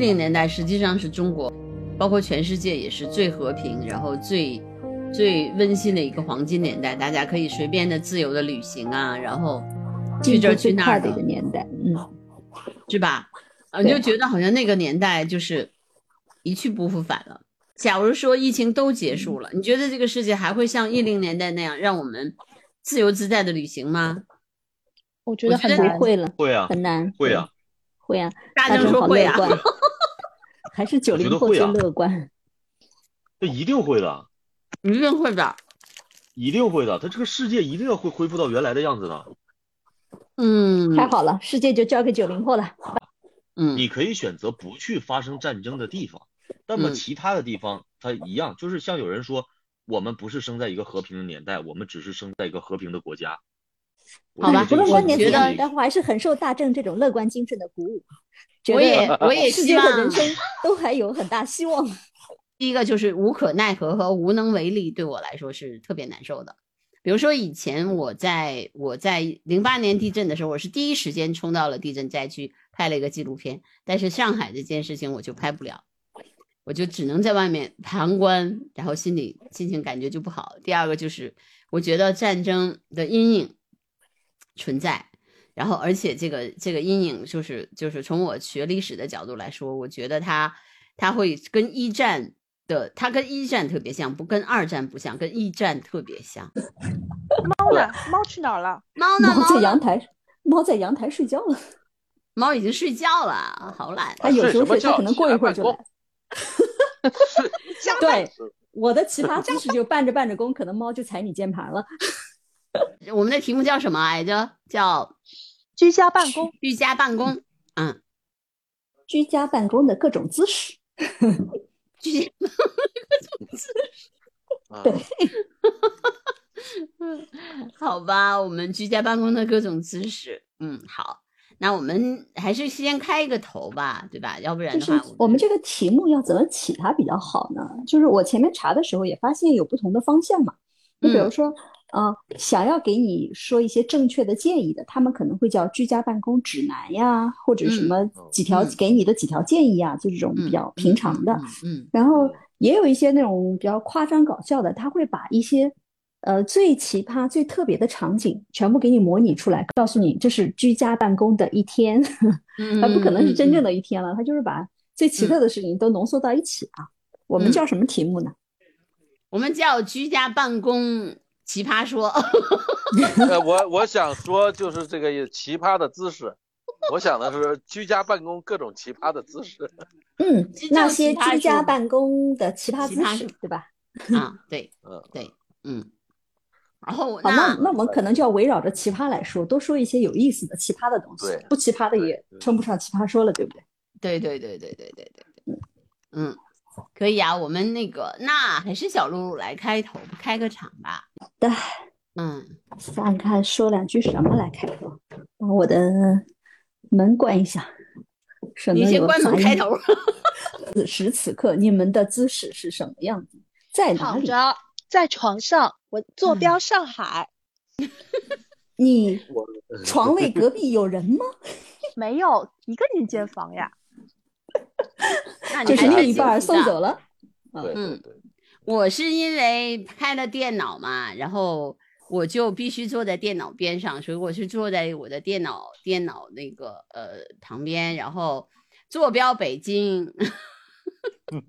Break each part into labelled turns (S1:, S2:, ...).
S1: 零年代实际上是中国，包括全世界也是最和平，然后最最温馨的一个黄金年代，大家可以随便的自由的旅行啊，然后去这儿去
S2: 最
S1: 那儿
S2: 快的一
S1: 的
S2: 个，年代，嗯，
S1: 是吧？啊，你
S2: 对
S1: 就觉得好像那个年代就是一去不复返了。假如说疫情都结束
S2: 嗯
S1: 了，你觉得这个世界还会像一零年代那样让我们自由自在的旅行吗？
S3: 我觉
S1: 我
S3: 得
S1: 觉
S3: 很
S1: 得
S3: 难
S2: 不。会了，
S4: 会啊，
S2: 很难，
S4: 会
S1: 嗯
S4: 啊，
S2: 会啊，
S1: 大
S2: 大
S1: 正说
S2: 好
S1: 会
S2: 乐
S1: 啊，
S2: 观， 还是九
S4: 觉
S2: 零
S4: 得
S2: 后
S4: 会
S2: 最
S4: 啊
S2: 乐观，
S4: 这一定会的，
S1: 一定会的。
S4: 一定会的，他这个世界一定要会恢复到原来的样子的。
S1: 嗯，
S2: 太好了，世界就交给九零后了，
S1: 嗯，
S4: 你可以选择不去发生战争的地方，那么
S1: 嗯
S4: 其他的地方它一样，就是像有人说，我们不是生在一个和平的年代，我们只是生在一个和平的国家。我
S1: 好
S4: 觉
S1: 吧
S2: 不
S4: 得这个
S2: 论
S4: 是
S2: 观点
S1: 觉
S2: 怎
S1: 得
S2: 样，
S4: 一 个
S2: 但我还是很受大正这种乐观精神的鼓舞，觉
S1: 我也
S2: 得
S1: 我也
S2: 世
S1: 希
S2: 界和
S1: 望
S2: 人生都还有很大希望。
S1: 第一个就是无可奈何和无能为力，对我来说是特别难受的。比如说以前我在我在零八年地震的时候，我是第一时间冲到了地震灾区拍了一个纪录片，但是上海这件事情我就拍不了，我就只能在外面旁观，然后心里心情感觉就不好。第二个就是我觉得战争的阴影存在，然后而且这个这个阴影就是就是从我学历史的角度来说，我觉得它它会跟一战的，它跟一战特别像，不跟二战不像，跟一战特别像。
S3: 猫呢？ 猫去哪儿了？
S1: 猫呢？
S2: 猫
S1: 猫
S2: 在
S1: 呢
S2: 阳台，猫在阳台睡觉了，
S1: 猫已经睡觉了，好懒。啊
S2: 它有时候
S5: 睡
S2: 睡，
S5: 什么
S2: 它可能
S5: 觉
S2: 过一
S5: 起来
S2: 会儿
S5: 办
S2: 就
S5: 公
S2: 来。
S3: 家
S2: 对，我的奇葩姿势就办着办着功，可能猫就踩你键盘了。
S1: 我们的题目叫什么来着？叫
S3: 居家办公，
S1: 居家办 公。嗯，
S2: 居家办公的各种姿势，
S1: 居家
S5: 啊
S2: 对，
S1: 嗯， 好吧，我们居家办公的各种姿势，嗯，好，那我们还是先开一个头吧，对吧？要不然
S2: 就
S1: 的
S2: 是
S1: 话，
S2: 我们这个题目要怎么起它比较好呢？就是我前面查的时候也发现有不同的方向嘛，就比如
S1: 嗯
S2: 说，呃，想要给你说一些正确的建议的，他们可能会叫居家办公指南呀，或者什
S1: 嗯
S2: 么几条、
S1: 嗯
S2: 给你的几条建议啊，就这种
S1: 嗯
S2: 比较平常的。
S1: 嗯
S2: 然后也有一些那种比较夸张搞笑的，他会把一些呃最奇葩、最特别的场景全部给你模拟出来，告诉你这是居家办公的一天，
S1: 嗯，
S2: 它不可能是真正
S1: 的。
S2: 的一天了，它就是把最奇特的事情都浓缩到一起啊。我们
S1: 嗯
S2: 叫什么题目呢？
S1: 我们叫居家办公奇葩说，
S5: 呃，我我想说就是这个奇葩的姿势，我想的是居家办公各种奇葩的姿 势。
S2: 嗯
S1: 这，
S2: 那
S1: 叫
S2: 些
S1: 奇葩
S2: 居家
S1: 说
S2: 办公的奇葩
S1: 奇
S2: 姿
S1: 葩
S2: 势
S1: 说，
S2: 对吧？
S1: 啊，对
S5: 嗯，
S1: 对，嗯，然后
S2: 好，那
S1: 那
S2: 那我们可能就要围绕着奇葩来说，多说一些有意思的、奇葩的东西
S5: 对，
S2: 不奇葩的
S5: 对
S2: 也
S5: 对
S2: 称不上奇葩说了，对不对？
S1: 对对对对对对对对，嗯，可以啊，我们那个那还是小露露来开头开个场吧，
S2: 对，
S1: 嗯。
S2: 看看说两句什么来开头，把我的门关一下，省
S1: 你
S2: 得
S1: 先
S2: 有
S1: 关门
S2: 杂
S1: 开
S2: 音
S1: 头。
S2: 此时此刻，你们的姿势是什么样子？在哪
S3: 躺
S2: 里？
S3: 着，在床上，我坐标上海，
S2: 你
S5: 我
S2: 床位隔壁有人吗？
S3: 没有一个人间房呀。
S1: 那你
S2: 就是
S1: 还
S2: 另一半儿
S1: 挺
S2: 送
S1: 的
S2: 走了。
S5: 对对
S1: 嗯
S5: 对，
S1: 我是因为开了电脑嘛，然后我就必须坐在电脑边上，所以我是坐在我的电脑电脑那个呃旁边，然后坐标北京，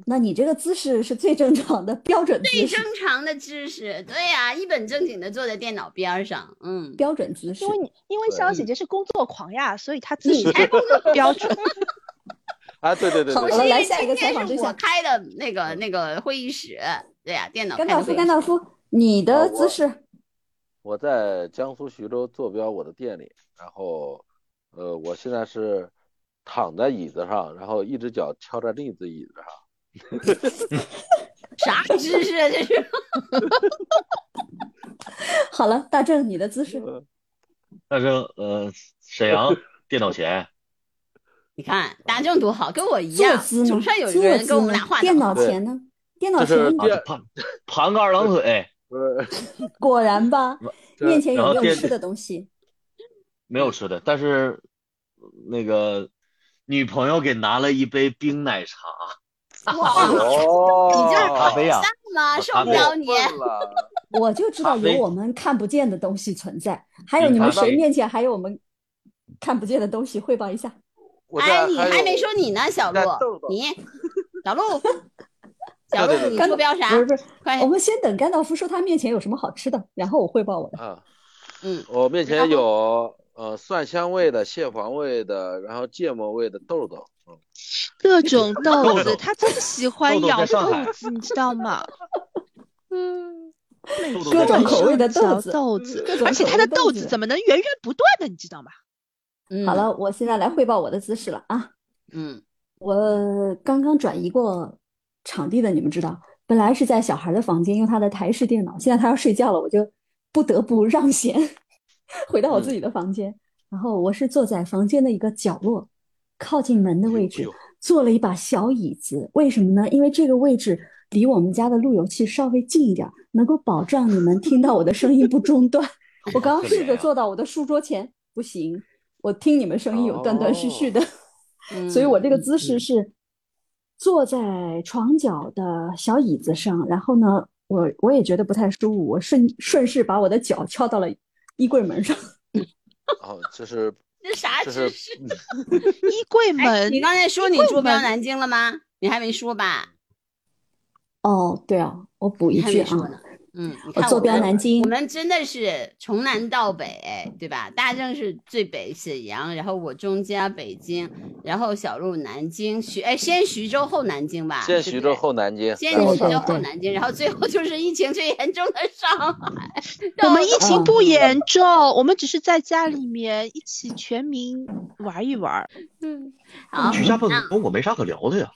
S2: 那你这个姿势是最正常的标准姿
S1: 最
S2: 势，
S1: 正常的知识。对呀、一本正经的坐在电脑边上，嗯。
S2: 标准姿势
S3: 因。为你因为
S5: 对
S3: 逍遥姐姐是工作狂呀，所以她姿
S2: 你
S3: 势
S1: 才工作狂
S3: 标准。
S5: 啊，对对对
S2: 好
S1: 我
S5: 对
S1: 是
S2: 了
S1: 因
S2: 来
S1: 为
S2: 下一
S1: 今
S2: 个采
S1: 天
S2: 访
S1: 是
S2: 对
S1: 我
S2: 象
S1: 开的那个那个会议室，对呀、电脑
S2: 甘
S1: 开
S2: 道
S1: 的
S2: 夫，
S1: 会
S2: 甘
S1: 议室。
S2: 道夫，你的
S5: 哦
S2: 姿
S5: 我
S2: 势
S5: 我在江苏徐州坐标我的店里，然后呃，我现在是躺在椅子上，然后一只脚敲在另一只椅子上。
S1: 啥知识啊？这是
S2: 好了，大正，你的姿势
S4: 但是呃，沈阳电脑前，
S1: 你看大正多好，跟我一
S2: 坐
S1: 样，
S2: 姿呢？
S1: 总算有一
S2: 坐
S1: 个人
S2: 姿
S1: 跟我们
S2: 呢
S1: 俩话
S2: 电
S1: 痨
S2: 脑
S5: 对
S2: 前呢？电脑
S5: 这
S2: 前
S5: 是
S2: 你
S4: 啊，就盘盘个二郎腿，
S5: 不是，
S2: 果然吧，
S5: 这
S2: 面前
S4: 然
S2: 有
S4: 后
S2: 没有
S4: 电
S2: 吃的东西？
S4: 没有吃的，但是那个女朋友给拿了一杯冰奶茶，
S1: 哇，你就是
S4: 咖啡啊
S1: 上了，受
S4: 咖
S1: 不
S4: 啡
S1: 了你。
S5: 过 分了，
S2: 我就知道
S4: 咖
S2: 有
S4: 啡
S2: 我们看不见的东西存在，还有
S4: 你
S2: 你们
S4: 看到
S2: 谁
S4: 底
S2: 面前还有我们看不见的东西？汇报一下，
S5: 我这
S1: 哎，你
S5: 还
S1: 还
S5: 有
S1: 没说你呢，小
S5: 在
S1: 鹿
S5: 豆，豆
S1: 你老 鹿，小
S5: 对对
S1: 鹿，
S5: 对
S1: 你
S2: 干
S1: 坐标啥
S2: 不？是不是，
S1: 快
S2: 我，们先等甘道夫说他面前有什么好吃的，然后我汇报我的。
S5: 啊，
S1: 嗯，
S5: 我面
S1: 然
S5: 前
S1: 后
S5: 有呃蒜香味的、蟹黄味的，然后芥末味的豆豆，嗯，
S3: 各种豆
S4: 豆
S3: 子，
S4: 豆
S3: 他最喜欢
S4: 豆豆在
S3: 咬
S4: 上
S3: 豆
S4: 海
S3: 子，你知道吗？嗯，
S4: 豆豆
S2: 各种
S4: 在上
S2: 口
S4: 海
S2: 味的
S3: 小
S2: 豆子
S3: 豆子，
S2: 各种
S3: 而且
S2: 口
S3: 它
S2: 味
S3: 的
S2: 豆
S3: 豆子
S2: 子
S3: 怎么能源源不断的，你知道吗？
S1: 嗯
S2: 好，了，我现在来汇报我的姿势了啊！
S1: 嗯
S2: 我刚刚转移过场地的，你们知道，本来是在小孩的房间用他的台式电脑，现在他要睡觉了，我就不得不让贤 回到我自己
S5: 嗯
S2: 的房间。然后我是坐在房间的一个角落，靠近门的
S5: 哎呦
S2: 位
S5: 哎
S2: 置
S5: 呦，
S2: 坐了一把小椅子。为什么呢？因为这个位置离我们家的路由器稍微近一点儿，能够保障你们听到我的声音不中断。我刚刚
S4: 可
S2: 试
S4: 怜
S2: 着
S4: 呀
S2: 坐到我的书桌前，不行，我听你们声音有断断续续的。
S1: 嗯，
S2: 所以我这个
S1: 嗯
S2: 姿势是坐在床角的小椅子上，然后呢，我我也觉得不太舒服，我顺顺势把我的脚翘到了衣柜门上。
S5: 然后哦这是
S1: 这 啥
S5: 这
S1: 姿
S5: 是
S1: 势？
S5: 嗯
S3: 衣柜
S1: 哎，
S3: 门
S1: 你，刚才说你
S3: 会
S1: 坐标
S3: 吗
S1: 南京了吗？你还没说吧？
S2: 哦，对哦，我补一
S1: 你还
S2: 句
S1: 没说
S2: 啊，
S1: 呢。嗯，你
S2: 我
S1: 看
S2: 坐
S1: 我
S2: 标
S1: 们
S2: 南京
S1: 我，们真的是从南到北，对吧？大正是最北沈阳，然后我中间北京，然后小鹿南京，徐哎先徐州后南京吧，
S5: 先
S1: 对
S5: 徐
S1: 不
S5: 州
S1: 对
S5: 后南京，
S1: 啊先
S5: 然后
S1: 徐
S5: 上
S1: 州
S5: 海
S1: 后南京，然后最后就是疫情最严重的上海。
S3: 我们疫情
S2: 嗯
S3: 不严重，我们只是在家里面一起全民玩一玩。
S1: 嗯，好，
S4: 居家办公我没啥可聊的呀，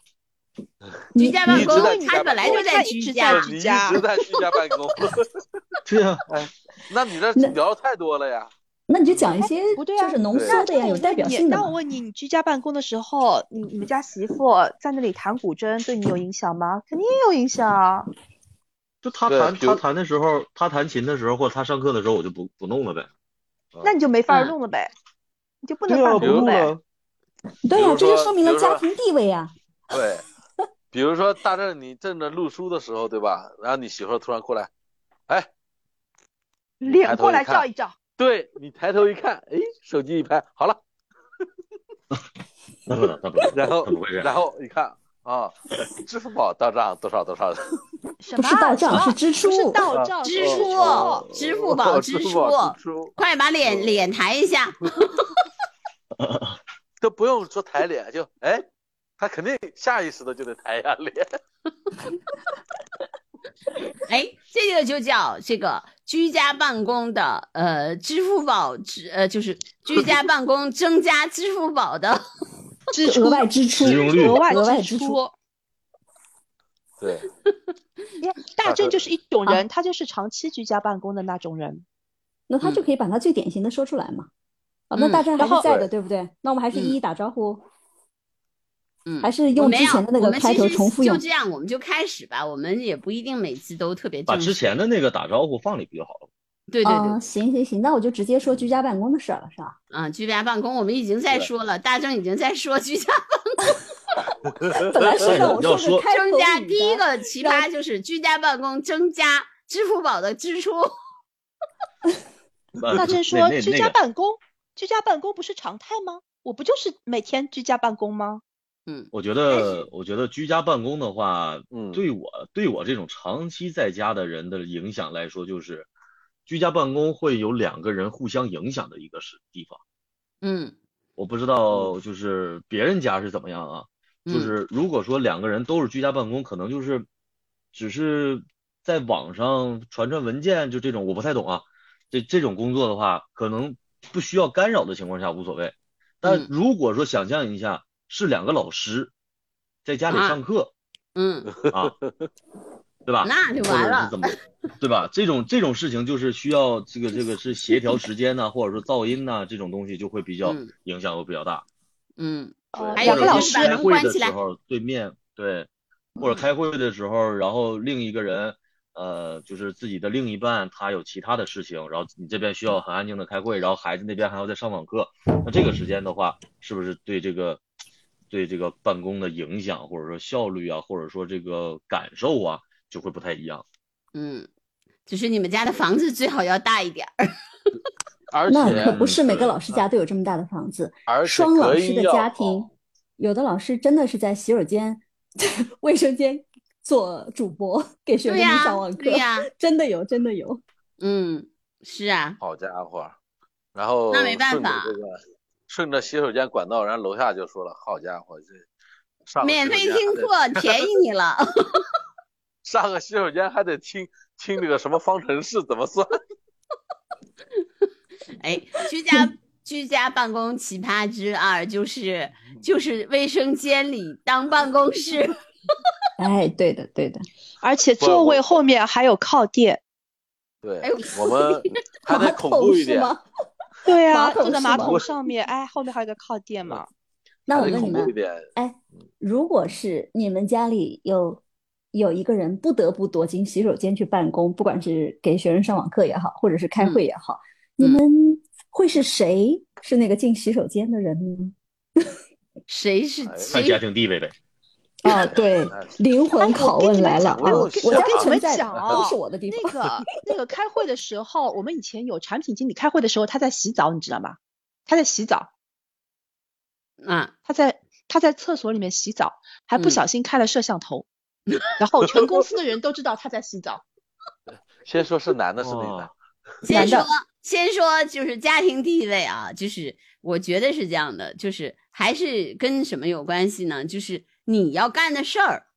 S1: 居家办
S5: 你一直在
S1: 公，
S5: 居
S1: 他
S5: 家
S1: 本
S5: 办
S1: 来
S5: 公
S1: 就在
S3: 他
S1: 居
S3: 一直
S1: 家
S3: 在
S4: 嗯
S5: 你
S3: 居
S5: 一
S3: 家
S5: 直在居家 办公，
S4: 对呀，
S5: 那你这
S2: 那
S5: 聊太多了呀，
S2: 那你就讲一些
S3: 不对啊
S2: 就是浓
S5: 对
S2: 缩的
S3: 那
S2: 呀，有代表
S3: 你
S2: 性的
S3: 那我
S2: 嘛。
S3: 问你，你居家办公的时候，你你们家媳妇在那里弹古筝，对你有影响吗？肯定有影响啊。
S4: 就他
S5: 对
S4: 弹
S5: 比如
S4: 他弹的时候，他弹琴的时候或者他上课的时候，我就不不弄了呗。
S3: 那你就没法
S1: 嗯
S3: 弄了呗，你就不
S4: 对
S3: 能
S4: 呀，
S3: 办
S4: 不
S3: 公
S4: 用
S3: 呗。
S4: 了。
S2: 对
S5: 比
S2: 呀，
S5: 如
S2: 这就
S5: 说
S2: 说明了
S5: 比如
S2: 家
S5: 说
S2: 庭地位啊呀。
S5: 对。比如说大正，你正着录书的时候，对吧？然后你媳妇儿突然过来，哎，
S3: 脸
S5: 抬头
S3: 过
S5: 一
S3: 来
S5: 看
S3: 照一照，
S5: 对你抬头一看，哎，手机一拍，好了，
S4: 那不能，那不能，
S5: 然后
S4: 怎么回事？
S5: 然后一看啊，支付宝到账多少多少，
S3: 什
S2: 不
S3: 么啊
S2: 是到账
S3: 什么
S2: 是支出
S3: 不是到
S5: 啊
S3: 账，
S1: 支
S3: 是
S1: 出
S5: 哦哦
S1: 支付宝
S5: 哦
S1: 支
S5: 支
S1: 出
S5: 付宝支出，
S1: 快把脸
S5: 嗯
S1: 脸抬一下，
S5: 都不用说抬脸，就哎，他肯定下意识的就得抬一下脸。
S1: 哎，这个就叫这个居家办公的，呃，支付宝支呃，就是居家办 公增加支付宝的
S3: 支
S2: 就
S3: 出
S2: 额外支出，
S4: 使用率
S2: 额
S3: 额外
S2: 外支
S3: 支
S2: 出。
S3: 出。
S5: 对，
S3: 你看
S5: 啊
S3: 大正就是一种
S2: 啊
S3: 人，他就是长期居家办公的那种人。
S2: 那他就
S1: 嗯
S2: 可以把他最典型的说出来嘛。啊，那大
S1: 嗯
S2: 战还
S3: 然后
S2: 是在的，对不对？那我们还是一一打招呼，还是用
S1: 嗯我们
S2: 之
S1: 要
S2: 前的那
S1: 我
S2: 个
S1: 们
S2: 开
S1: 其
S2: 头
S1: 实
S2: 重复用
S1: 就。这样，我们就开始吧。我们也不一定每次都特别
S4: 把
S1: 正
S4: 之
S1: 式。
S4: 前的那个打招呼放里不就好了？
S1: 对对对
S2: 啊，，行行行，那我就直接说居家办公的事儿了，是吧？
S1: 啊，居家办公我们已经在
S5: 对
S1: 说了，大正已经在说居家呃
S2: 本来说让我
S4: 要
S2: 说
S4: 说
S2: 个开头
S1: 增加
S2: 语
S1: 第一
S2: 的，
S1: 个奇葩就是居家办公增加支付宝的支出。
S4: 那
S5: 呃
S3: 大
S4: 那
S3: 正说
S4: 那
S3: 居
S4: 那
S3: 家
S4: 个
S3: 办公，居家办公不是常态吗？我不就是每天居家办公吗？
S1: 嗯
S4: 我觉得，我觉得居家办公的话，
S5: 嗯，
S4: 对我对我这种长期在家的人的影响来说，就是居家办公会有两个人互相影响的一个是地方。
S1: 嗯
S4: 我不知道就是别人家是怎么样啊，就
S1: 嗯
S4: 是如果说两个人都是居家办公，可能就是只是在网上传传文件，就这种我不太懂啊。这这种工作的话，可能不需要干扰的情况下无所谓。但
S1: 嗯
S4: 如果说想象一下，是两个老师在家里
S1: 啊
S4: 上课
S1: 嗯，
S4: 啊，对吧？
S1: 那就
S4: 或
S1: 完
S4: 者
S1: 了
S4: 是。怎么，对吧？这种这种事情就是需要这个这个是协调时间呐、或者说噪音呐、这种东西就会比较
S1: 嗯
S4: 影响会比较大。
S1: 嗯，
S3: 哦，
S1: 还有
S3: 两
S4: 或者
S3: 个
S1: 就
S3: 老
S4: 说
S1: 是
S3: 师
S1: 把
S4: 开
S1: 门
S4: 会
S1: 关
S4: 的
S1: 起
S4: 时
S1: 来
S4: 候对面对，或者开会的时候，然后另一个人呃就是自己的另一半他有其他的事情，然后你这边需要很安静的开会，然后孩子那边还要在上网课，那这个时间的话，是不是对这个对这个办公的影响，或者说效率啊，或者说这个感受啊，就会不太一样。
S1: 嗯，只是你们家的房子最好要大一点儿。
S5: 而
S2: 那
S5: 且
S2: 可不是每个
S1: 嗯
S4: 对
S2: 老师家都有这么大的房子，
S5: 而且
S2: 双老
S5: 隔
S2: 师
S5: 音
S2: 的
S5: 要
S2: 家
S5: 好
S2: 庭，有的老师真的是在洗手间、 卫生间做主播，给学
S1: 对
S2: 生们
S1: 呀、
S2: 上网课
S1: 对，呀、
S2: 真的有，真的有。
S1: 嗯，是啊，
S5: 好家伙，然后
S1: 那没办
S5: 顺着
S1: 法
S5: 这个顺着洗手间管道，然后楼下就说了，好家伙，这上个
S1: 免
S5: 洗手
S1: 费
S5: 间还
S1: 听
S5: 得
S1: 课，便宜你了。
S5: 上个洗手间还得听听这个什么方程式怎么算，
S1: 哎，居家居家办公奇葩之二就是就是卫生间里当办公室，
S2: 哎，对的，对的，
S3: 而且
S5: 不
S3: 座位
S5: 我
S3: 后面还有靠垫。
S5: 对
S1: 哎呦，
S5: 我们还
S2: 马
S5: 得恐怖
S2: 桶
S5: 一
S2: 是
S5: 点，
S2: 吗？
S3: 对
S2: 马
S3: 啊，
S2: 桶
S3: 坐在
S2: 是
S3: 马
S2: 吗
S3: 桶上面，哎，后面还有个靠垫嘛。
S2: 那我
S5: 还得
S2: 问你
S5: 恐怖一
S2: 们，
S5: 点，
S2: 哎，如果是你们家里有有一个人不得不躲进洗手间去办公，不管是给学生上网课也好，或者是开
S1: 嗯
S2: 会也好，你
S1: 嗯
S2: 们会是谁是那个进洗手间的人呢？
S1: 谁是
S5: 哎
S4: 看家
S1: 谁？
S4: 庭地位呗。
S2: 啊，对
S5: 哎，
S2: 灵魂
S3: 哎我
S2: 拷
S3: 跟
S2: 问
S3: 你们
S2: 来了
S3: 讲
S2: 啊！
S5: 哎
S2: 我
S5: 我
S2: 我家
S5: 想跟你
S2: 存
S5: 们
S2: 在的
S3: 讲
S2: 都
S3: 哦
S2: 是我的地
S3: 那
S2: 方。
S3: 个那个开会的时候，我们以前有产品经理开会的时候，他在洗澡，你知道吗？他在洗澡，
S1: 啊，
S3: 他在他在厕所里面洗澡，还不
S1: 嗯
S3: 小心开了摄像头， 然后全公司的人都知道他在洗澡。
S5: 先说是男的是女的
S4: 哦，
S1: 先
S2: 男的
S1: 说先说就是家庭地位啊，就是我觉得是这样的，就是还是跟什么有关系呢？就是你要干的事儿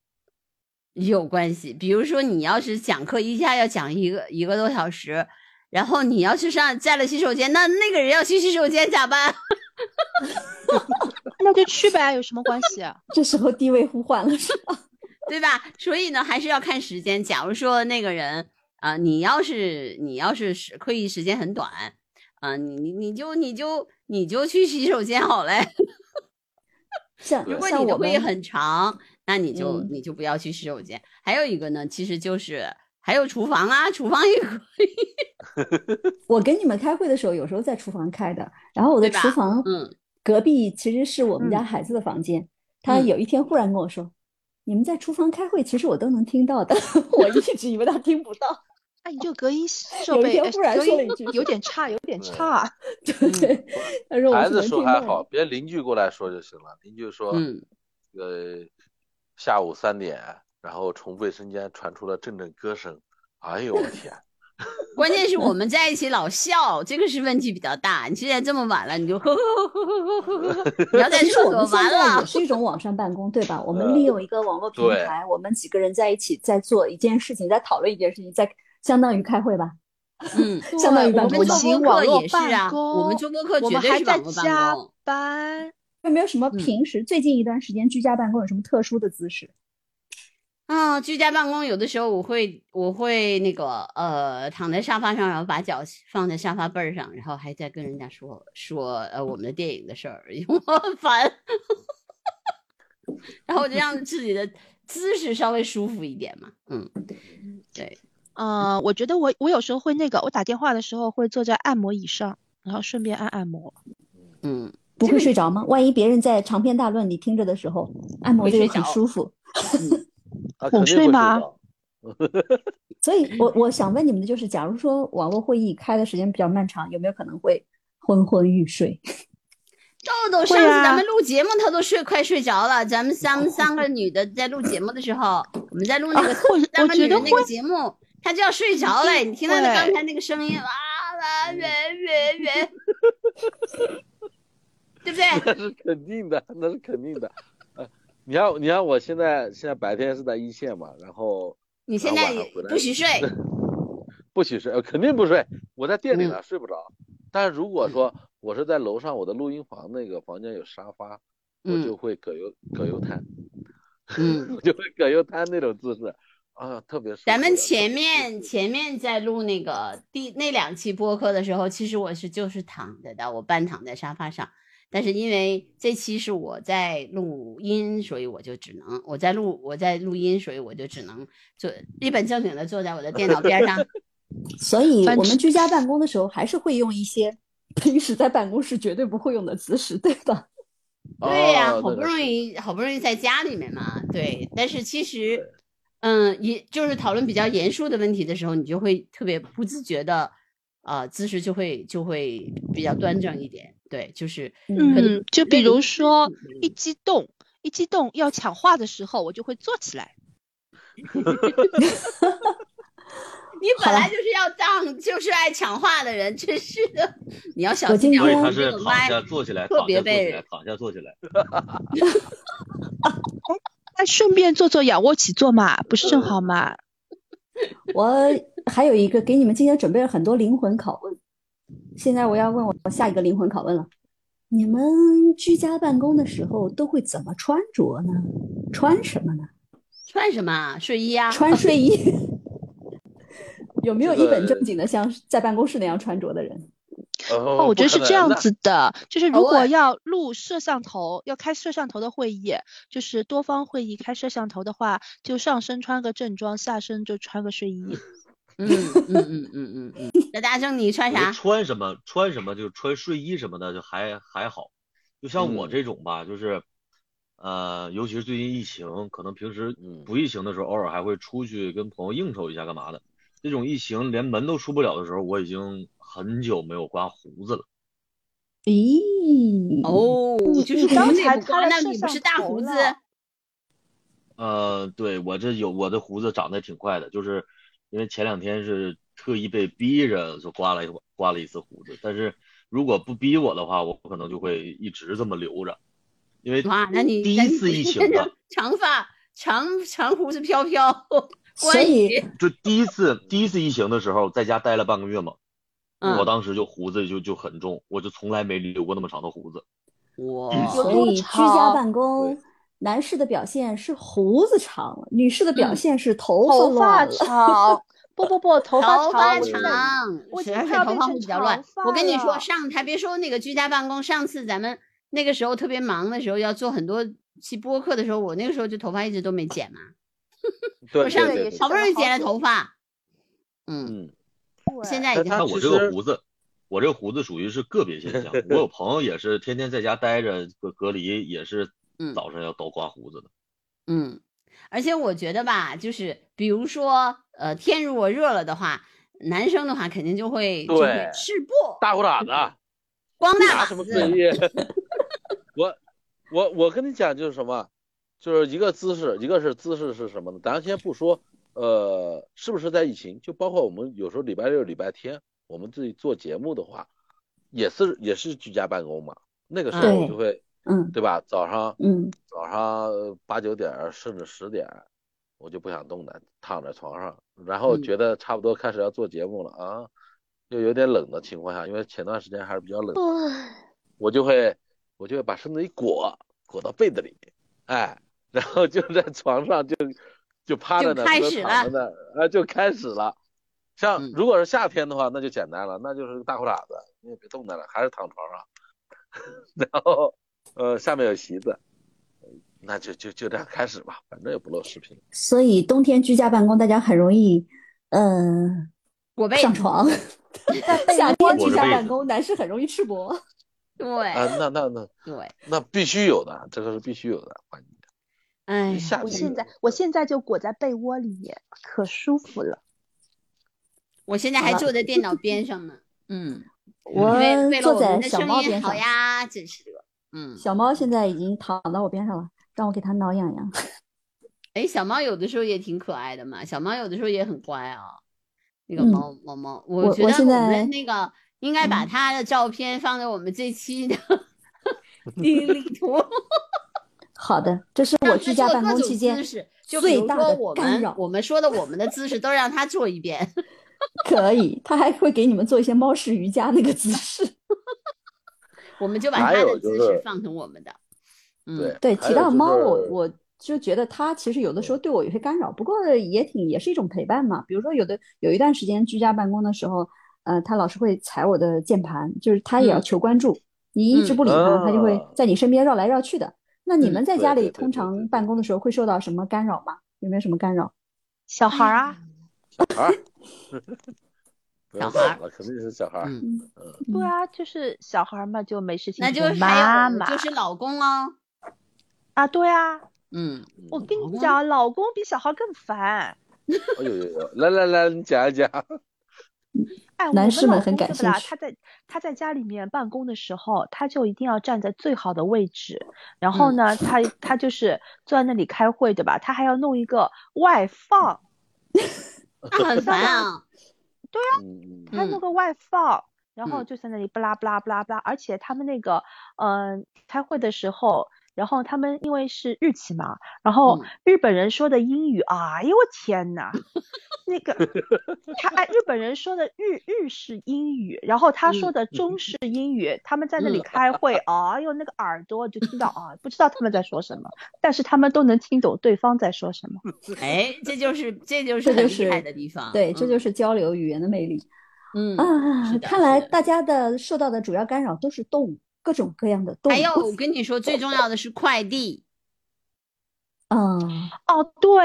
S1: 有关系。比如说你要是讲课一下要讲一个一个多小时，然后你要是上在了洗手间，那那个人要去洗手间咋办？
S3: 那就去呗，有什么关系 啊？
S2: 这时候地位互换了是吧？
S1: 对吧？所以呢，还是要看时间。假如说那个人啊、你要是你要是时会议时间很短，啊、你你你就你就你就去洗手间好嘞。
S2: 像
S1: 如果
S2: 像
S1: 你的
S2: 我
S1: 会
S2: 们
S1: 议很长，那你就、
S2: 嗯
S1: 你就不要去洗手间。还有一个呢，其实就是还有厨房啊，厨房也可 以。
S2: 我跟你们开会的时候，有时候在厨房开的，然后我的
S1: 对吧
S2: 厨房
S1: 嗯
S2: 隔壁其实是我们家
S3: 嗯
S2: 孩子的房间。他
S1: 嗯
S2: 有一天忽然跟我说：“你们在厨房开会，其实我都能听到的。” 我一直以为他听不到。
S3: 那哎你就隔音设
S2: 有一
S3: 备
S2: 天
S3: 呃
S2: 忽然
S3: 隔
S2: 说
S3: 音
S2: 了一句
S3: 有点差，有点
S5: 对
S3: 差。
S2: 对，他说我
S5: 嗯孩
S2: 是
S5: 子
S2: 能
S5: 说
S2: 听
S5: 还
S2: 到
S5: 好，
S2: 的。
S5: 别邻居过来说就行了。邻居说，
S1: 嗯，
S5: 呃，下午三点，然后从卫生间传出了阵阵歌声。哎呦我天！
S1: 关键是我们在一起老笑，这个是问题比较大。你现在这么晚了，你就呵呵呵呵呵呵呵呵，你要在
S2: 其
S1: 厕
S2: 实我
S1: 所
S2: 们现
S1: 完
S2: 在也
S1: 了。
S2: 是一种网上办公，对吧？我们
S5: 呃
S2: 利用一个网络平
S5: 对
S2: 台，我们几个人在一起在做一件事情，在讨论一件事情，在相当于开会吧。
S1: 嗯，
S2: 相当于
S3: 对
S2: 办
S3: 我
S1: 我们
S2: 公
S3: 们
S1: 做
S2: 嘛
S3: 行
S1: 播
S3: 网
S1: 客
S3: 络
S1: 也是
S3: 办
S1: 啊，
S3: 公，
S1: 我们做播客
S3: 我
S1: 绝
S3: 们
S1: 对
S3: 还
S1: 是
S3: 在
S1: 网络
S3: 加
S1: 办公。
S3: 班。
S2: 有没有什么
S1: 嗯
S2: 平时最近一段时间居家办公有什么特殊的姿势？
S1: 啊、居家办公有的时候我会我会那个呃躺在沙发上，然后把脚放在沙发背儿上，然后还在跟人家说说呃我们的电影的事儿， 我很烦。然后我就让自己的姿势稍微舒服一点嘛，嗯，对，
S3: 嗯、我觉得我我有时候会那个，我打电话的时候会坐在按摩椅上，然后顺便按按
S1: 哦
S3: 摩。
S1: 嗯，
S2: 不会睡着吗？万一别人在长篇大论你听着的时候，按摩
S1: 会
S2: 这个
S1: 睡
S2: 很
S1: 着
S2: 舒服。
S3: 哄
S5: 啊，肯定
S3: 睡
S5: 会睡
S3: 吗
S5: 着。
S2: 所以我，我想问你们的就是，假如说网络会议开的时间比较漫长，有没有可能会昏昏欲睡？
S1: 豆豆上
S3: 会
S1: 次
S3: 啊
S1: 咱们录节目，他都睡快睡着了。咱们咱们三个女的在录节目的时候，我们在录那个三个女人那个节目，她就要睡着了。你听到她刚才那个声音啊啊圆圆圆，对不对？
S5: 那是肯定的，那是肯定的。呃你看，你看，我现在现在白天是在一线嘛，然后
S1: 你现
S5: 然
S1: 在
S5: 后晚上回来
S1: 不许 睡，
S5: 不许睡，呃肯定不睡。我在店里
S3: 嗯
S5: 呢，睡不着。但是如果说我是在楼上，我的录音房那个房间有沙发，我
S1: 嗯
S5: 就会葛优葛优瘫，
S1: 嗯。
S5: 我就会葛优瘫那种姿势，啊，特别舒服的。
S1: 咱们
S5: 特别
S1: 前
S5: 舒
S1: 面
S5: 服
S1: 前面在录那个第那两期播客的时候，其实我是就是躺着的，我半躺在沙发上。但是因为这期是我在录音，所以我就只能我在录我在录音，所以我就只能坐一本正经的坐在我的电脑边上。
S2: 所以，
S3: 反
S2: 我们
S3: 正
S2: 居家办公的时候，还是会用一些平时在办公室绝对不会用的姿势，对吧？
S1: 对呀、
S5: 哦
S1: 好
S5: 那
S1: 不
S5: 倒
S1: 容
S5: 是
S1: 易，好不容易在家里面嘛，对。但是其实，嗯，也就是讨论比较严肃的问题的时候，你就会特别不自觉的，呃，姿势就会就会比较端正一点。对，就是可能
S3: 嗯，就比如说
S1: 嗯
S3: 一激动，一激动要抢话的时候，我就会坐起来。
S1: 你本来就是要当就是爱抢话的人，真是的，你要小
S2: 我
S1: 心
S2: 今
S1: 点
S2: 天
S4: 所以
S1: 儿，
S4: 他
S1: 这个
S4: 是躺
S1: 歪
S4: 下坐起来，
S1: 特
S4: 躺
S1: 别
S4: 下坐起
S1: 被
S4: 来，躺下坐起来。
S3: 那顺便做做仰卧起坐嘛，不是正好嘛？
S2: 我还有一个给你们今天准备了很多灵魂拷问，现在我要问我下一个灵魂拷问了。你们居家办公的时候都会怎么穿着呢？穿什么呢？
S1: 穿什么啊睡衣啊？
S2: 穿睡衣？有没有
S5: 这
S2: 一
S5: 个
S2: 本正经的像在办公室那样穿着的人？
S5: 哦
S3: 哦，我觉得是这样。子的，就是如
S1: 偶尔
S3: 果要录摄像头，要开摄像头的会议，就是多方会议开摄像头的话，就上身穿个正装，下身就穿个睡衣。
S1: 嗯嗯嗯嗯嗯嗯。那大正你穿
S4: 我觉
S1: 啥？
S4: 得穿什么穿什么，就是穿睡衣什么的，就还还好。就像
S1: 嗯
S4: 我这种吧，就是呃，尤其是最近疫情，可能平时
S5: 嗯
S4: 不疫情的时候，偶尔还会出去跟朋友应酬一下干嘛的。这种疫情连门都出不了的时候，我已经很久没有刮胡子了。
S2: 咦，
S1: 哦，
S3: 你
S1: 就
S3: 你
S1: 是
S3: 刚
S1: 胡子也
S3: 才
S1: 不
S3: 开
S1: 刮
S3: 了
S1: 那
S3: 摄
S1: 你不
S3: 像
S1: 是大
S3: 头
S1: 胡子？
S3: 了
S4: 呃，对，我这有我的胡子长得挺快的，就是因为前两天是特意被逼着就刮了一刮了一次胡子，但是如果不逼我的话，我可能就会一直这么留着，因为
S1: 哇，啊那你
S4: 第
S1: 那
S4: 一
S1: 你
S4: 次疫情
S1: 真
S4: 啊
S1: 的，长发长长胡子飘 飘，
S2: 所以
S4: 就第一次第一次疫情的时候，在家待了半个月嘛，我
S1: 嗯，
S4: 当时就胡子就就很重，我就从来没留过那么长的胡子，
S1: 哇，
S4: 嗯
S3: 有
S2: 所
S3: 多
S2: 以居家
S3: 长
S2: 办公，男士的表现是胡子长了，女士的表
S1: 嗯
S2: 现是头发
S3: 头发
S2: 乱了。
S3: 长，不不不，头发
S1: 头发
S3: 长，我真的
S1: 长，
S3: 我已
S1: 是
S3: 经
S1: 而且
S3: 快要
S1: 头
S3: 变
S1: 发
S3: 成
S1: 会比较
S3: 长
S1: 乱。
S3: 发
S1: 我跟你说，
S3: 了
S1: 上还别说那个居家办公，上次咱们那个时候特别忙的时候，要做很多期播客的时候，我那个时候就头发一直都没剪嘛，
S5: 对
S1: 我
S5: 对
S1: 上
S5: 对
S3: 也
S5: 对
S3: 是
S1: 好不容易
S3: 剪
S1: 剪了
S3: 了好久
S1: 头发，嗯，
S5: 嗯，
S3: 对
S1: 现在已
S5: 但
S1: 经
S5: 他
S4: 但
S5: 其
S4: 我这个
S5: 实
S4: 胡子，我这个胡子属于是个别现象。我有朋友也是天天在家待着隔隔离，也是
S1: 嗯
S4: 早上要都刮胡子的。
S1: 嗯，而且我觉得吧，就是比如说，呃，天如果热了的话，男生的话肯定就会就会
S5: 对
S1: 赤膊，
S5: 大裤衩子，啊
S1: 光大
S5: 拿
S1: 膀
S5: 什么
S1: 子，
S5: 睡衣？ 我我我跟你讲就是什么，就是一个姿势，一个是姿势是什么呢？咱先不说，呃，是不是在疫情，就包括我们有时候礼拜六、礼拜天，我们自己做节目的话，也是也是居家办公嘛。那个时候
S2: 嗯
S5: 我就会，
S2: 嗯
S5: 对吧？早上
S2: 嗯，
S5: 早上呃八九点儿甚至十点儿，我就不想动弹，躺在床上，然后
S1: 嗯
S5: 觉得差不多开始要做节目了啊，又有点冷的情况下，因为前段时间还是比较冷，我就会我就会把身子一裹裹到被子里，哎，然后就在床上就就趴着
S1: 就
S5: 呢，
S1: 开
S5: 或
S1: 始
S5: 者躺着呢，啊，就开始了。像
S1: 嗯
S5: 如果是夏天的话，那就简单了，那就是个大裤衩子，你也别动弹了，还是躺床上， 然后呃下面有席子，那就就就这样开始吧，反正也不漏视频。
S2: 所以冬天居家办公，大家很容易，嗯、
S1: 裹被
S2: 上床。
S3: 被
S2: 夏天
S4: 裹
S2: 居
S4: 着
S2: 家
S4: 被
S2: 办
S4: 子
S2: 公，男士很容易赤膊。
S5: 啊，
S4: 嗯
S1: 对
S5: 那那那
S1: 对，
S5: 那必须有的，这个是必须有的，环境
S1: 哎
S5: 一，下
S3: 我
S5: 就
S3: 现
S5: 有
S3: 在我现在就裹在被窝里，可舒服了。
S1: 我现在还坐在电脑边上 呢，嗯，
S2: 我
S1: 因为为了
S2: 坐
S1: 我们
S2: 在
S1: 的
S2: 小
S1: 声
S2: 猫
S1: 音
S2: 边
S1: 好
S2: 上，
S1: 呀，真是的，嗯，
S2: 小猫现在已经躺到我边上了，让我给它挠痒痒。
S1: 哎，小猫有的时候也挺可爱的嘛，小猫有的时候也很乖啊。那个
S2: 嗯
S1: 猫猫猫，我
S2: 我
S1: 觉
S2: 我
S1: 得
S2: 现
S1: 我
S2: 在
S1: 们那个应该把
S2: 嗯
S1: 它的照片放在我们这期的地理 图，
S2: 好的，这是我
S1: 让它
S2: 居家
S1: 做
S2: 办
S1: 各
S2: 公
S1: 种
S2: 期间
S1: 姿势。就比
S2: 最
S1: 如
S2: 大
S1: 说
S2: 的
S1: 我
S2: 干
S1: 们
S2: 扰
S1: 我们说的我们的姿势都让它做一遍，
S2: 可以，它还会给你们做一些猫式瑜伽那个姿势。
S1: 我们就把
S5: 还
S1: 它的
S5: 有就
S1: 姿势
S5: 是
S1: 放成我们的。嗯
S5: 对，
S2: 对，
S5: 还
S2: 提
S5: 有
S2: 到
S5: 就
S2: 猫，我
S5: 是
S2: 我就觉得它其实有的
S1: 嗯
S2: 时候对我有些干扰，不过也挺也是一种陪伴嘛。比如说有的有一段时间居家办公的时候，呃，它老是会踩我的键盘，就是它也要
S1: 嗯
S2: 求关注，你一直
S1: 嗯
S2: 不理它，它就会
S5: 啊
S2: 在你身边绕来绕去的。那你
S1: 嗯
S2: 们在
S5: 对
S2: 家
S5: 对
S2: 里
S5: 对
S2: 通
S5: 对对
S2: 常
S5: 对
S2: 办公的时候会受到什么干扰吗？有没有什么干扰？
S3: 小孩儿啊，
S5: 孩儿，不
S1: 小
S5: 用
S1: 孩儿
S5: 想了，肯定是小孩儿。
S1: 嗯，
S2: 嗯
S5: 嗯，
S3: 对啊，就是小孩儿嘛，就没事情
S1: 那
S3: 做
S1: 就是还
S3: 妈
S1: 有
S3: 妈
S1: 就是老公哦，
S3: 啊，对啊，
S1: 嗯，
S3: 我跟
S1: 老
S3: 你
S1: 公
S3: 讲，老公比小孩更烦。
S5: 哎呦呦呦，来来来，你讲一讲，
S3: 哎，我
S2: 男
S3: 们
S2: 士们
S3: 老
S2: 很
S3: 公
S2: 感
S3: 对不
S2: 兴
S3: 啦？
S2: 趣
S3: 他在他在家里面办公的时候，他就一定要站在最好的位置。然后
S1: 嗯
S3: 呢，他他就是坐在那里开会，对吧？他还要弄一个外放，
S1: 那很烦 啊。
S5: 嗯，
S3: 他弄
S1: 嗯
S3: 个外放，然后
S1: 嗯
S3: 就在那里不拉不拉不拉不拉。而且他们那个，嗯、开会的时候，然后他们因为是日企嘛，然后
S1: 嗯
S3: 日本人说的英语，哎呦我 天呐，那个他哎日本人说的日日式英语，然后他说的中式英语，他们在那里
S1: 嗯
S3: 开 会，哎呦那个耳朵就听到啊，不知道他们在说什么，但是他们都能听懂对方在说什么。
S1: 哎，这就是这就是
S2: 这
S1: 很
S2: 就
S1: 厉害
S2: 是
S1: 的地方。
S2: 对，这
S1: 嗯
S2: 就是交流语言的魅力
S1: 嗯
S2: 啊
S1: 是！的
S2: 看来
S1: 是的
S2: 大家的受到的主要干扰都是动物，各种各样的动物。
S1: 还有，我跟你说，最重要的是快递，
S2: 啊，
S3: 哦，对，